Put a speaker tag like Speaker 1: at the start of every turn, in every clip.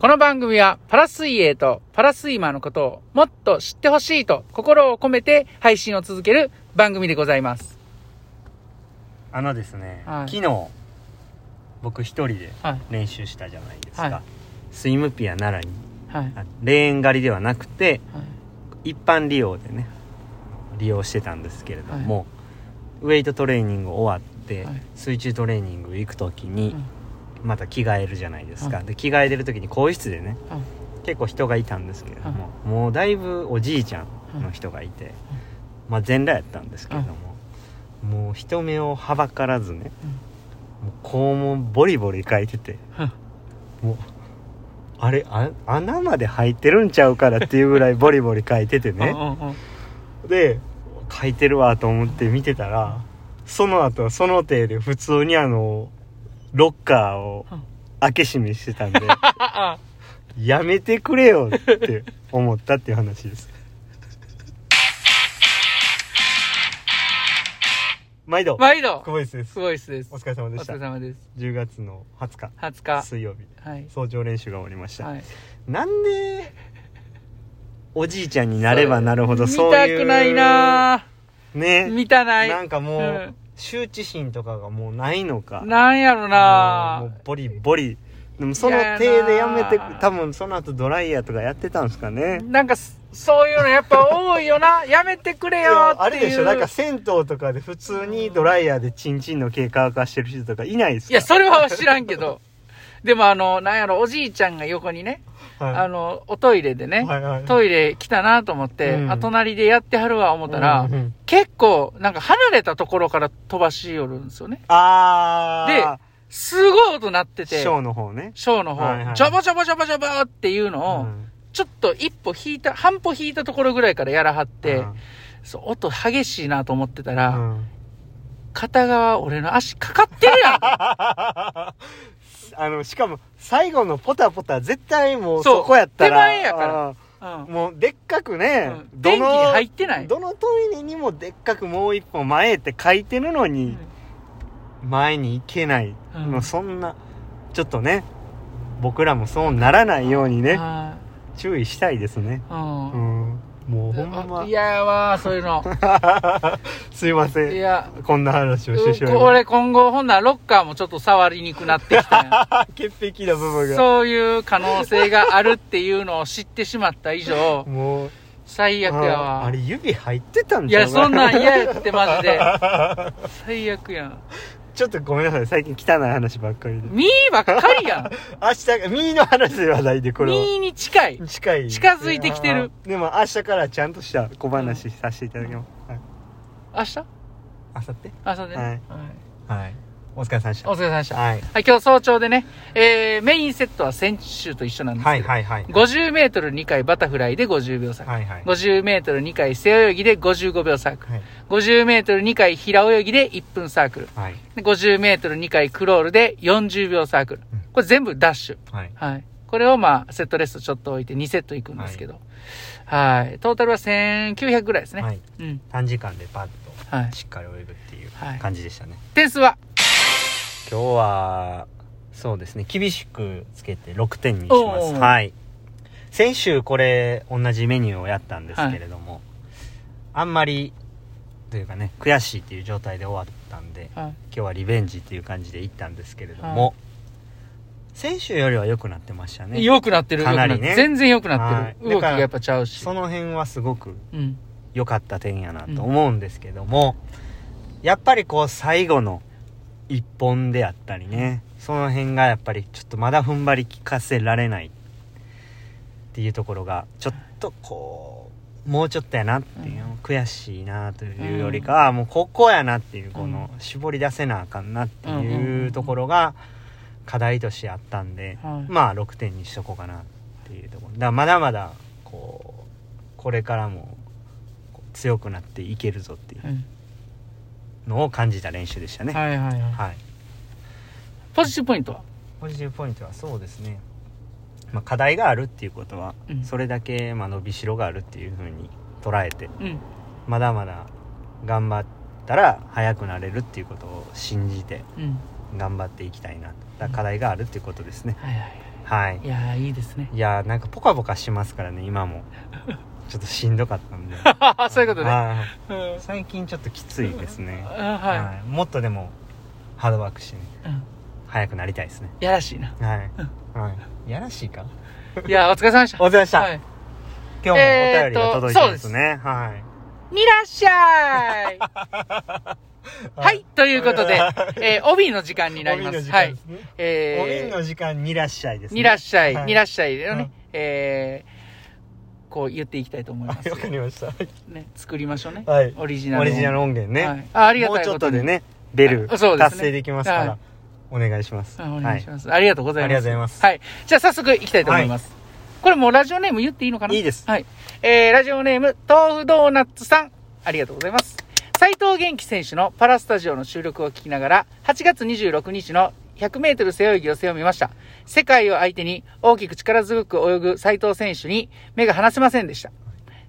Speaker 1: この番組はパラ水泳とパラスイマーのことをもっと知ってほしいと心を込めて配信を続ける番組でございます。
Speaker 2: あのですね、
Speaker 1: はい
Speaker 2: 昨日僕一人で
Speaker 1: はい。
Speaker 2: 練習したじゃないですか、
Speaker 1: はい
Speaker 2: スイムピア奈良に
Speaker 1: はい。
Speaker 2: あレーン狩りではなくて
Speaker 1: はい。
Speaker 2: 一般利用でね利用してたんですけれども、ウェイトトレーニング終わって、
Speaker 1: はい
Speaker 2: 水中トレーニング行く時に
Speaker 1: うん
Speaker 2: また着替えるじゃないですか、
Speaker 1: は
Speaker 2: で着替えてる時に更衣室でね
Speaker 1: はい
Speaker 2: 結構人がいたんですけれども、もうだいぶおじいちゃんの人がいて、まあ、全裸やったんですけれども、もう人目をはばからずね、もう肛門ボリボリ書いてて
Speaker 1: は
Speaker 2: もうあれあ穴まで入ってるんちゃうからっていうぐらいボリボリ書いてて ね
Speaker 1: うんうんうん
Speaker 2: で書いてるわと思って見てたらその後その手で普通にあのロッカーを
Speaker 1: うん
Speaker 2: 開け閉めしてたん で
Speaker 1: あ
Speaker 2: やめてくれよって思ったっていう話です毎
Speaker 1: あ、
Speaker 2: 度
Speaker 1: 毎度
Speaker 2: 久保井です
Speaker 1: すごいっすです。
Speaker 2: お疲れ様
Speaker 1: お
Speaker 2: でし
Speaker 1: 疲
Speaker 2: た
Speaker 1: れ様です。
Speaker 2: 10月の20日
Speaker 1: 20日。
Speaker 2: 水曜日
Speaker 1: はい。
Speaker 2: 早朝練習が終わりました、
Speaker 1: はい。
Speaker 2: なんでおじいちゃんになればなるほどそういう
Speaker 1: 見たくないな
Speaker 2: ね
Speaker 1: ぁ。見たない。
Speaker 2: なんかもう、
Speaker 1: うん
Speaker 2: 羞恥心とかがもうないのか
Speaker 1: なんやろ
Speaker 2: もう
Speaker 1: な
Speaker 2: もうボリボリでもその
Speaker 1: いややな
Speaker 2: 手でやめて多分その後ドライヤーとかやってたんですかね
Speaker 1: なんかそ、そういうのやっぱ多いよな。やめてくれ
Speaker 2: い
Speaker 1: よ
Speaker 2: や
Speaker 1: っ
Speaker 2: あ
Speaker 1: てい
Speaker 2: る
Speaker 1: う。
Speaker 2: でしょなんか銭湯とかで普通にドライヤーでチンチンの毛乾かしてる人とかいないです
Speaker 1: い
Speaker 2: か
Speaker 1: や、それは知らんけど。でもあの、なんやろ、おじいちゃんが横にね、
Speaker 2: はい
Speaker 1: あの、おトイレでね、
Speaker 2: はいはい
Speaker 1: トイレ来たなと思って、
Speaker 2: うん
Speaker 1: あ、隣でやってはるわ思ったら、
Speaker 2: うんうん
Speaker 1: 結構、なんか離れたところから飛ばし寄るんですよね。
Speaker 2: あ
Speaker 1: すごい音鳴って
Speaker 2: で
Speaker 1: て、
Speaker 2: シ
Speaker 1: シ
Speaker 2: ョー
Speaker 1: ョ
Speaker 2: の方ね
Speaker 1: ーの
Speaker 2: はいはい
Speaker 1: 方、ちょぼちょぼちょぼちょぼっていうのを、
Speaker 2: うん
Speaker 1: ちょっと一歩引いた、半歩引いたところぐらいからやらはって、
Speaker 2: うん
Speaker 1: そう音激しいなと思ってたら、
Speaker 2: うん
Speaker 1: 片側俺の足かかってるやん
Speaker 2: あの、しかも、最後のポタポタ、絶対もう
Speaker 1: そう
Speaker 2: そこやったら。
Speaker 1: 手前やから
Speaker 2: あ
Speaker 1: うん
Speaker 2: ー。もう、でっかくね、
Speaker 1: うん電気に入ってない
Speaker 2: どのトイレにもでっかくもう一歩前へって書いてるの に、前に行けない。
Speaker 1: うん
Speaker 2: もうそんな、ちょっとね、僕らもそうならないようにね、
Speaker 1: は
Speaker 2: 注意したいですね。
Speaker 1: いうん
Speaker 2: うん。もうほんま
Speaker 1: い、ややわそういうの
Speaker 2: すいませ
Speaker 1: い
Speaker 2: ん。
Speaker 1: や
Speaker 2: こんな話をしてしまいまし
Speaker 1: 俺今後ほんならロッカーもちょっと触りにくなってきたん や
Speaker 2: た。潔癖な部分が。
Speaker 1: そういう可能性があるっていうのを知ってしまった以上
Speaker 2: もう、
Speaker 1: 最悪や
Speaker 2: あー
Speaker 1: わ
Speaker 2: あれ指入ってたん
Speaker 1: い
Speaker 2: じゃな
Speaker 1: や
Speaker 2: い
Speaker 1: そんなん嫌やってマジで最悪やん
Speaker 2: ちょっとごめんなさい最近汚い話ばっかりで
Speaker 1: ミーばっかりやん
Speaker 2: 明日ミーの話ではないで これ
Speaker 1: ミ
Speaker 2: は
Speaker 1: ーに近い
Speaker 2: 近い
Speaker 1: 近づいてきてる
Speaker 2: あーでも明日からちゃんとした小話させていただきます、はい
Speaker 1: 明日
Speaker 2: 明後日
Speaker 1: 明後日ね、
Speaker 2: はいはいお疲れ様でし
Speaker 1: お疲れ様でした
Speaker 2: たはい
Speaker 1: はい、今日早朝でね、えー、メインセットは先週と一緒なんです
Speaker 2: は
Speaker 1: け
Speaker 2: い
Speaker 1: ど、
Speaker 2: はいはい
Speaker 1: 50メートル2回バタフライで50秒差。
Speaker 2: はいはい
Speaker 1: 50メートル2回背泳ぎで55秒サークル。
Speaker 2: はい
Speaker 1: 50メートル2回平泳ぎで1分サークル。
Speaker 2: はい
Speaker 1: で50メートル2回クロールで40秒サークル
Speaker 2: うん。
Speaker 1: これ全部ダッシュ。
Speaker 2: はい
Speaker 1: はい。これをまあ、セットレストちょっと置いて2セットいくんですけど。はい。トータルは1900ぐらいですね。
Speaker 2: はい
Speaker 1: うん。
Speaker 2: 短時間でパッ
Speaker 1: はい
Speaker 2: と。しっかり泳ぐっていう
Speaker 1: はい
Speaker 2: 感じでしたね、
Speaker 1: 点数は
Speaker 2: 今日はそうですね厳しくつけて6点にし
Speaker 1: おう
Speaker 2: ま
Speaker 1: お
Speaker 2: す
Speaker 1: う
Speaker 2: はい先週これ同じメニューをやったんですけれども、あんまりというかね悔しいっていう状態で終わったんで
Speaker 1: はい。
Speaker 2: 今日はリベンジっていう感じで行ったんですけれども、
Speaker 1: はい先
Speaker 2: 先週よりは良くなってましたね
Speaker 1: 良くなってる。
Speaker 2: かな
Speaker 1: 良
Speaker 2: りね
Speaker 1: くってる全然良くなってる。動
Speaker 2: はい
Speaker 1: き
Speaker 2: だか
Speaker 1: が
Speaker 2: ら
Speaker 1: やっぱちゃうし。
Speaker 2: その辺はすごく
Speaker 1: うん。
Speaker 2: 良かった点やなと思うんですけども、やっぱりこう最後の一本であったりねその辺がやっぱりちょっとまだ踏ん張り効かせられないっていうところがちょっとこうもうちょっとやなっていう、
Speaker 1: うん
Speaker 2: 悔しいなというよりかはもうここやなっていうこの絞り出せなあかんなっていうところが課題としてあったんで、
Speaker 1: はい
Speaker 2: まあ6点にしとこうかなっていうところだからまだまだこうこれからもこう強くなっていけるぞっていう
Speaker 1: うん
Speaker 2: のを感じた練習でしたねは
Speaker 1: は
Speaker 2: い、
Speaker 1: いはいはい。ポジティブポイントは
Speaker 2: ポジティブポイントはそうですね、まあ、課題があるっていうことは、
Speaker 1: うん
Speaker 2: それだけまあ伸びしろがあるっていうふうに捉えて
Speaker 1: うん。
Speaker 2: まだまだ頑張ったら速くなれるっていうことを信じて
Speaker 1: うん。
Speaker 2: 頑張っていきたいなだから課題があるっていうことですね
Speaker 1: はいはいはい。
Speaker 2: はい
Speaker 1: いやーいいですね
Speaker 2: いやーなんかポカポカしますからね今もちょっとしんどかったんで
Speaker 1: そういうことね
Speaker 2: はい
Speaker 1: うん
Speaker 2: 最近ちょっときついですね、
Speaker 1: あ
Speaker 2: はい
Speaker 1: は
Speaker 2: もっとでもハードワークしてね
Speaker 1: い、うん、
Speaker 2: 早くなりたいですね
Speaker 1: やらしいな
Speaker 2: はい、はい、やらしいか
Speaker 1: いやーお疲れ様でした
Speaker 2: お疲れ様でした、
Speaker 1: はい
Speaker 2: 今日もお便りが届いてますね、はい
Speaker 1: いらっしゃいはい、ということで、えー、帯の時間になりま
Speaker 2: お瓶の
Speaker 1: す。
Speaker 2: 時
Speaker 1: は
Speaker 2: 間
Speaker 1: い
Speaker 2: で。すねお瓶
Speaker 1: え
Speaker 2: の時間にらっしゃいです
Speaker 1: ー、
Speaker 2: ね
Speaker 1: にらっしゃ、
Speaker 2: はいい
Speaker 1: にらっしゃいをね、
Speaker 2: うん
Speaker 1: えー、こう言っていきたいと思います
Speaker 2: あわ。かりました
Speaker 1: ね、作りましょうね。
Speaker 2: はい
Speaker 1: オリジナル。
Speaker 2: オリジナル音源ね、
Speaker 1: はい。あ、ありが
Speaker 2: もう
Speaker 1: たい
Speaker 2: ちょ
Speaker 1: こ
Speaker 2: っと
Speaker 1: とに
Speaker 2: で。ねベル
Speaker 1: あそうですね
Speaker 2: 達成できますから、
Speaker 1: はい
Speaker 2: お願いします
Speaker 1: あお願いします。ありがとうございます。
Speaker 2: ありがとうございます
Speaker 1: はい。じゃあ早速行きたいと思います。これもうラジオネーム言っていいのかない
Speaker 2: いです
Speaker 1: はい。えー、ラジオネーム、豆腐ドーナツさん。ありがとうございます。斉藤元気選手のパラスタジオの収録を聞きながら、8月26日の100メートル背泳ぎを背を見ました。世界を相手に大きく力強く泳ぐ斉藤選手に目が離せませんでした。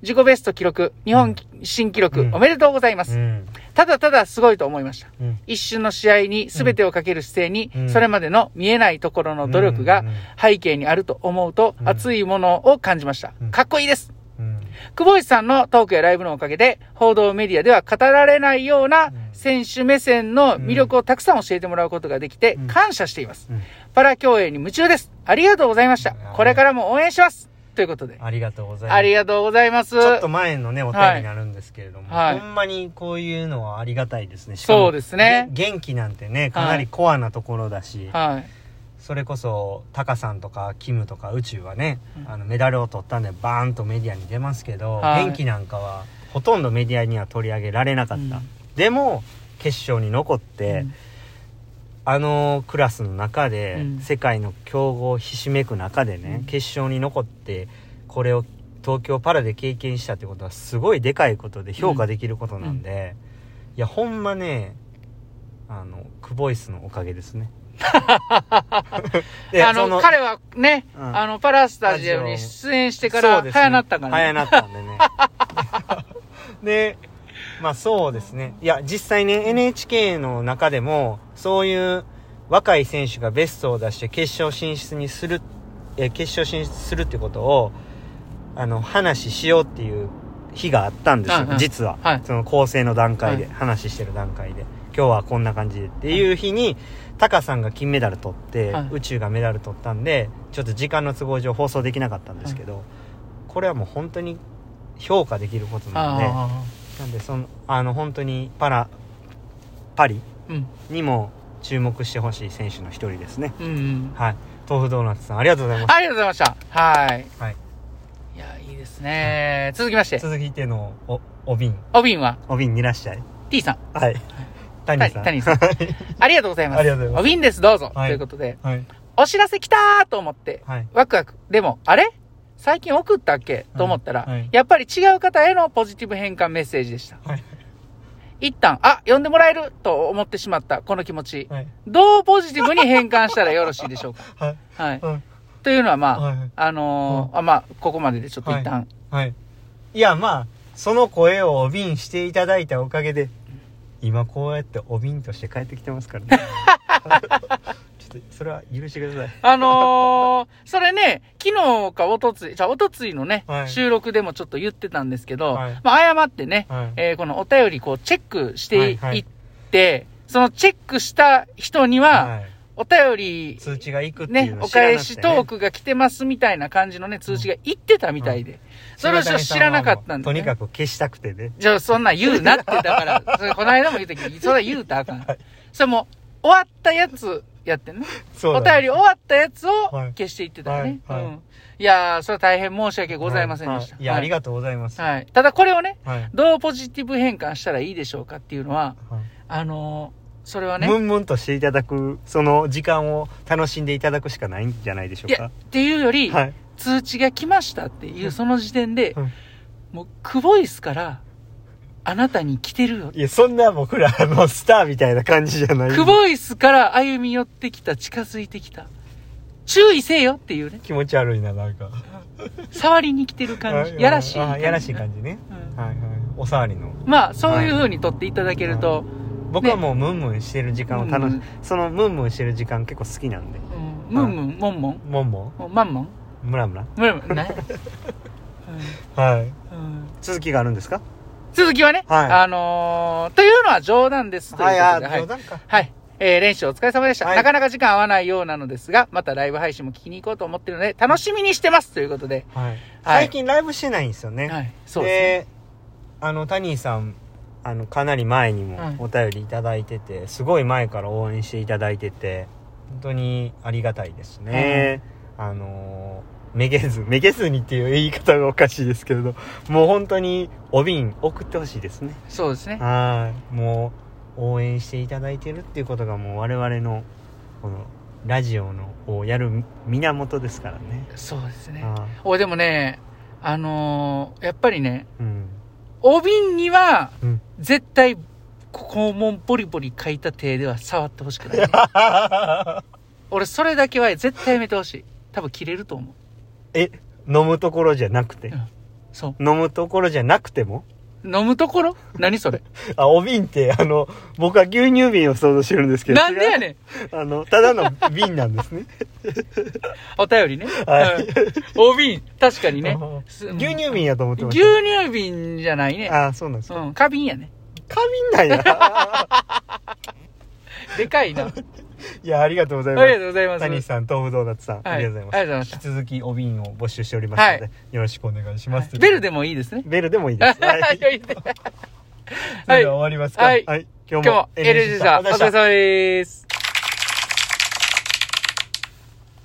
Speaker 1: 自己ベスト記録、日本新記録、
Speaker 2: うん
Speaker 1: おめでとうございます。
Speaker 2: うん
Speaker 1: ただただすごいと思いました。
Speaker 2: うん
Speaker 1: 一瞬の試合に全てをかける姿勢に、
Speaker 2: うん
Speaker 1: それまでの見えないところの努力が
Speaker 2: うんうん
Speaker 1: 背景にあると思うと、
Speaker 2: うん
Speaker 1: 熱いものを感じました
Speaker 2: う。ん
Speaker 1: かっこいいです。
Speaker 2: うん
Speaker 1: 久保井さんのトークやライブのおかげで、報道メディアでは語られないような選手目線の魅力をたくさん教えてもらうことができて
Speaker 2: う、ん
Speaker 1: 感謝しています
Speaker 2: うん。
Speaker 1: パラ競泳に夢中です。ありがとうございました。これからも応援します。ということで、
Speaker 2: ありがとうございます
Speaker 1: ありがとうございます。
Speaker 2: ちょっと前のね、お便りになるんですけれども、
Speaker 1: はい
Speaker 2: ほんまにこういうのはありがたいですね。しかも
Speaker 1: そうですね
Speaker 2: げ元気なんてね、かなりコアなところだし、
Speaker 1: はい。
Speaker 2: それこそ、タカさんとか、キムとか、宇宙はね、
Speaker 1: うん
Speaker 2: あの、メダルを取ったんで、バーンとメディアに出ますけど、
Speaker 1: はい
Speaker 2: 元気なんかは、ほとんどメディアには取り上げられなかった。
Speaker 1: うん
Speaker 2: でも、決勝に残って、
Speaker 1: うん
Speaker 2: あのクラスの中で、
Speaker 1: うん
Speaker 2: 世界の強豪ひしめく中でね、
Speaker 1: うん
Speaker 2: 決勝に残ってこれを東京パラで経験したってことはすごいでかいことで評価できることなんで、いやほんまねあのクボイスのおかげで すね。で
Speaker 1: あ
Speaker 2: そ
Speaker 1: の、彼はね、
Speaker 2: うん
Speaker 1: あの、パラスタジオに出演してか
Speaker 2: そう
Speaker 1: ら、
Speaker 2: ですね
Speaker 1: 早なったから
Speaker 2: 早
Speaker 1: ね。
Speaker 2: なったんでね でまあそうですねいや実際ね NHK の中でもそういう若い選手がベストを出して決勝進出にするえ決勝進出するってことをあの話しようっていう日があったんですよ、
Speaker 1: うんうん
Speaker 2: 実は、
Speaker 1: はい
Speaker 2: その構成の段階で、
Speaker 1: は
Speaker 2: 話してる段階で今日はこんな感じでっていう日に、タカさんが金メダル取って、
Speaker 1: はい
Speaker 2: 宇宙がメダル取ったんでちょっと時間の都合上放送できなかったんですけど、これはもう本当に評価できることなんで
Speaker 1: あ
Speaker 2: なんでそのあの本当にパラパリ
Speaker 1: あ。うん。
Speaker 2: にも注目してほしい選手の一人ですね
Speaker 1: うんうん。
Speaker 2: はい豆腐ドーナツさんありがとうございます
Speaker 1: ありがとうございました。はい。
Speaker 2: はい。
Speaker 1: いや、いいですね。続きまして、
Speaker 2: 続いてのおお瓶
Speaker 1: おびんは、
Speaker 2: お瓶にいらっしゃい
Speaker 1: T さん。
Speaker 2: はい谷さん
Speaker 1: 谷さんありがとうございます。
Speaker 2: ありがとうございます
Speaker 1: おびんです、どうぞ。
Speaker 2: はい
Speaker 1: ということで、
Speaker 2: はい
Speaker 1: お知らせ来たーと思って、
Speaker 2: はい
Speaker 1: ワクワク。でも、あれ最近送ったっけと思ったら、
Speaker 2: はいはい
Speaker 1: やっぱり違う方へのポジティブ変換メッセージでした。
Speaker 2: はい
Speaker 1: 一旦、あ、呼んでもらえると思ってしまった、この気持ち。
Speaker 2: はい
Speaker 1: どうポジティブに変換したらよろしいでしょう か。
Speaker 2: はい
Speaker 1: はい。
Speaker 2: はい
Speaker 1: というのはまあ、
Speaker 2: はい
Speaker 1: あのーあ、まあ、ここまででちょっと一旦、
Speaker 2: はい。いや、まあ、その声をお瓶していただいたおかげで、今こうやってお瓶として帰ってきてますから ね。ちょっと、それは許してください。
Speaker 1: あのーそれね、昨日かおとつい、じゃあおとついのね、
Speaker 2: はい
Speaker 1: 収録でもちょっと言ってたんですけど、
Speaker 2: はい
Speaker 1: まあ、誤ってね、
Speaker 2: はい。
Speaker 1: えーこのお便りこうチェックしていって、
Speaker 2: はいはい
Speaker 1: そのチェックした人には、
Speaker 2: はい
Speaker 1: お便り、
Speaker 2: 通知がいくっていう
Speaker 1: ね、
Speaker 2: の
Speaker 1: お
Speaker 2: 知らなくて
Speaker 1: 返しトークが来てますみたいな感じのね、通知が言ってたみたいで。それをちょっと知らなかったんで、
Speaker 2: と
Speaker 1: ね。
Speaker 2: にかく消したくてね。
Speaker 1: じゃあそんなん言うなって、だ から、それこの間も言ったけど、それは言うたらあかん。それもう、終わったやつやってんね。お
Speaker 2: そうだ
Speaker 1: 便
Speaker 2: ね
Speaker 1: り終わったやつを
Speaker 2: はい
Speaker 1: 消していってたよね。
Speaker 2: はいはい
Speaker 1: うんいやー、それは大変申し訳ございませんでした。
Speaker 2: ははいいや、あり
Speaker 1: が
Speaker 2: がとうございます。はい。
Speaker 1: はい。ただこれをね、
Speaker 2: はい。
Speaker 1: どうポジティブ変換したらいいでしょうかっていうのは、あのーそれはね、
Speaker 2: ムンムンとしていただく、その時間を楽しんでいただくしかないんじゃないでしょ
Speaker 1: いうや、っ
Speaker 2: か。
Speaker 1: ていうより、
Speaker 2: はい。
Speaker 1: 通知が来ましたっていうその時点で、
Speaker 2: うん
Speaker 1: もう、クボイスから、あなたに来てるよ。
Speaker 2: いや、そんな僕ら、あの、スターみたいな感じじゃない。
Speaker 1: クボイスから歩み寄ってきた、近づいてきた。注意せよっていうね、
Speaker 2: 気持ち悪いな、なんか。
Speaker 1: 触りに来てる感
Speaker 2: あ
Speaker 1: じ。やらしい
Speaker 2: あ
Speaker 1: 感じ。
Speaker 2: やらしい感じね。
Speaker 1: うん
Speaker 2: はいはい。おさわりの。
Speaker 1: まあ、そういう風に撮っていただけると、
Speaker 2: 僕はもうムンムンしてる時間を楽し、
Speaker 1: うん
Speaker 2: そのムンムンしてる時間結構好きなんで。
Speaker 1: うんムンムンモンモン
Speaker 2: もんも
Speaker 1: もうマンモン
Speaker 2: んムラムラ
Speaker 1: ムラムラな
Speaker 2: はい
Speaker 1: うんうん
Speaker 2: 続きがあるんですか
Speaker 1: 続きはね、
Speaker 2: はい
Speaker 1: あのーというのは冗談ですということで、はい
Speaker 2: 談か
Speaker 1: はい。えー練習お疲れ様でした、
Speaker 2: はい
Speaker 1: なかなか時間合わないようなのですが、またライブ配信も聞きに行こうと思ってるので、楽しみにしてますということで。
Speaker 2: はい最近ライブしてないんですよね
Speaker 1: はい。そうで
Speaker 2: あのタニーさんあのかなり前にも
Speaker 1: はい
Speaker 2: お便り頂いただいてて、すごい前から応援していただいてて本当にありがたいですね、あのーめげずめげずにっていう言い方がおかしいですけれどもう本当にお瓶送ってほしいですね
Speaker 1: す。そうですね。
Speaker 2: はいもう応援していただいてるっていうことがもう我々のこのラジオのをやる源ですからね
Speaker 1: そうですね。
Speaker 2: あ
Speaker 1: お、でもね、あのーやっぱりね、
Speaker 2: ーうん
Speaker 1: お瓶には
Speaker 2: うん、
Speaker 1: 絶対、こ肛門ポリポリ書いた手では触ってほしくない、ね。 俺、それだけは絶対やめてほしい。多分切れると思う。
Speaker 2: 飲むところじゃなくて
Speaker 1: そう。
Speaker 2: 飲むところじゃなくても
Speaker 1: 飲むとこ ろ何それ
Speaker 2: あ、お瓶って、あの、僕は牛乳瓶を想像してるんですけど。
Speaker 1: なんでやねん
Speaker 2: 違うあの、ただの瓶なんです ね。
Speaker 1: お便りね。
Speaker 2: はい
Speaker 1: うん。お瓶、確かにね。す
Speaker 2: 牛乳瓶やと思ってま
Speaker 1: 牛
Speaker 2: した。
Speaker 1: 乳瓶じゃないね。
Speaker 2: あ、そうなんですか。
Speaker 1: うん、花瓶やね。
Speaker 2: 花瓶な んや。
Speaker 1: でか いな。あ
Speaker 2: いや、ありがとうござい
Speaker 1: り
Speaker 2: ます。
Speaker 1: がとうございます。
Speaker 2: 谷さん、豆腐ドーナツさん、
Speaker 1: はい
Speaker 2: ありがとうございます。
Speaker 1: ありがとうございました
Speaker 2: 引き続きお瓶を募集しておりますので、
Speaker 1: は
Speaker 2: よろしくお願いします。
Speaker 1: ベルでもいいですね。
Speaker 2: ベルでもいいです。はい。それ
Speaker 1: はい
Speaker 2: では終わりますか。
Speaker 1: はい今
Speaker 2: 今
Speaker 1: 日も LG さん、お疲れ
Speaker 2: でした
Speaker 1: 様です。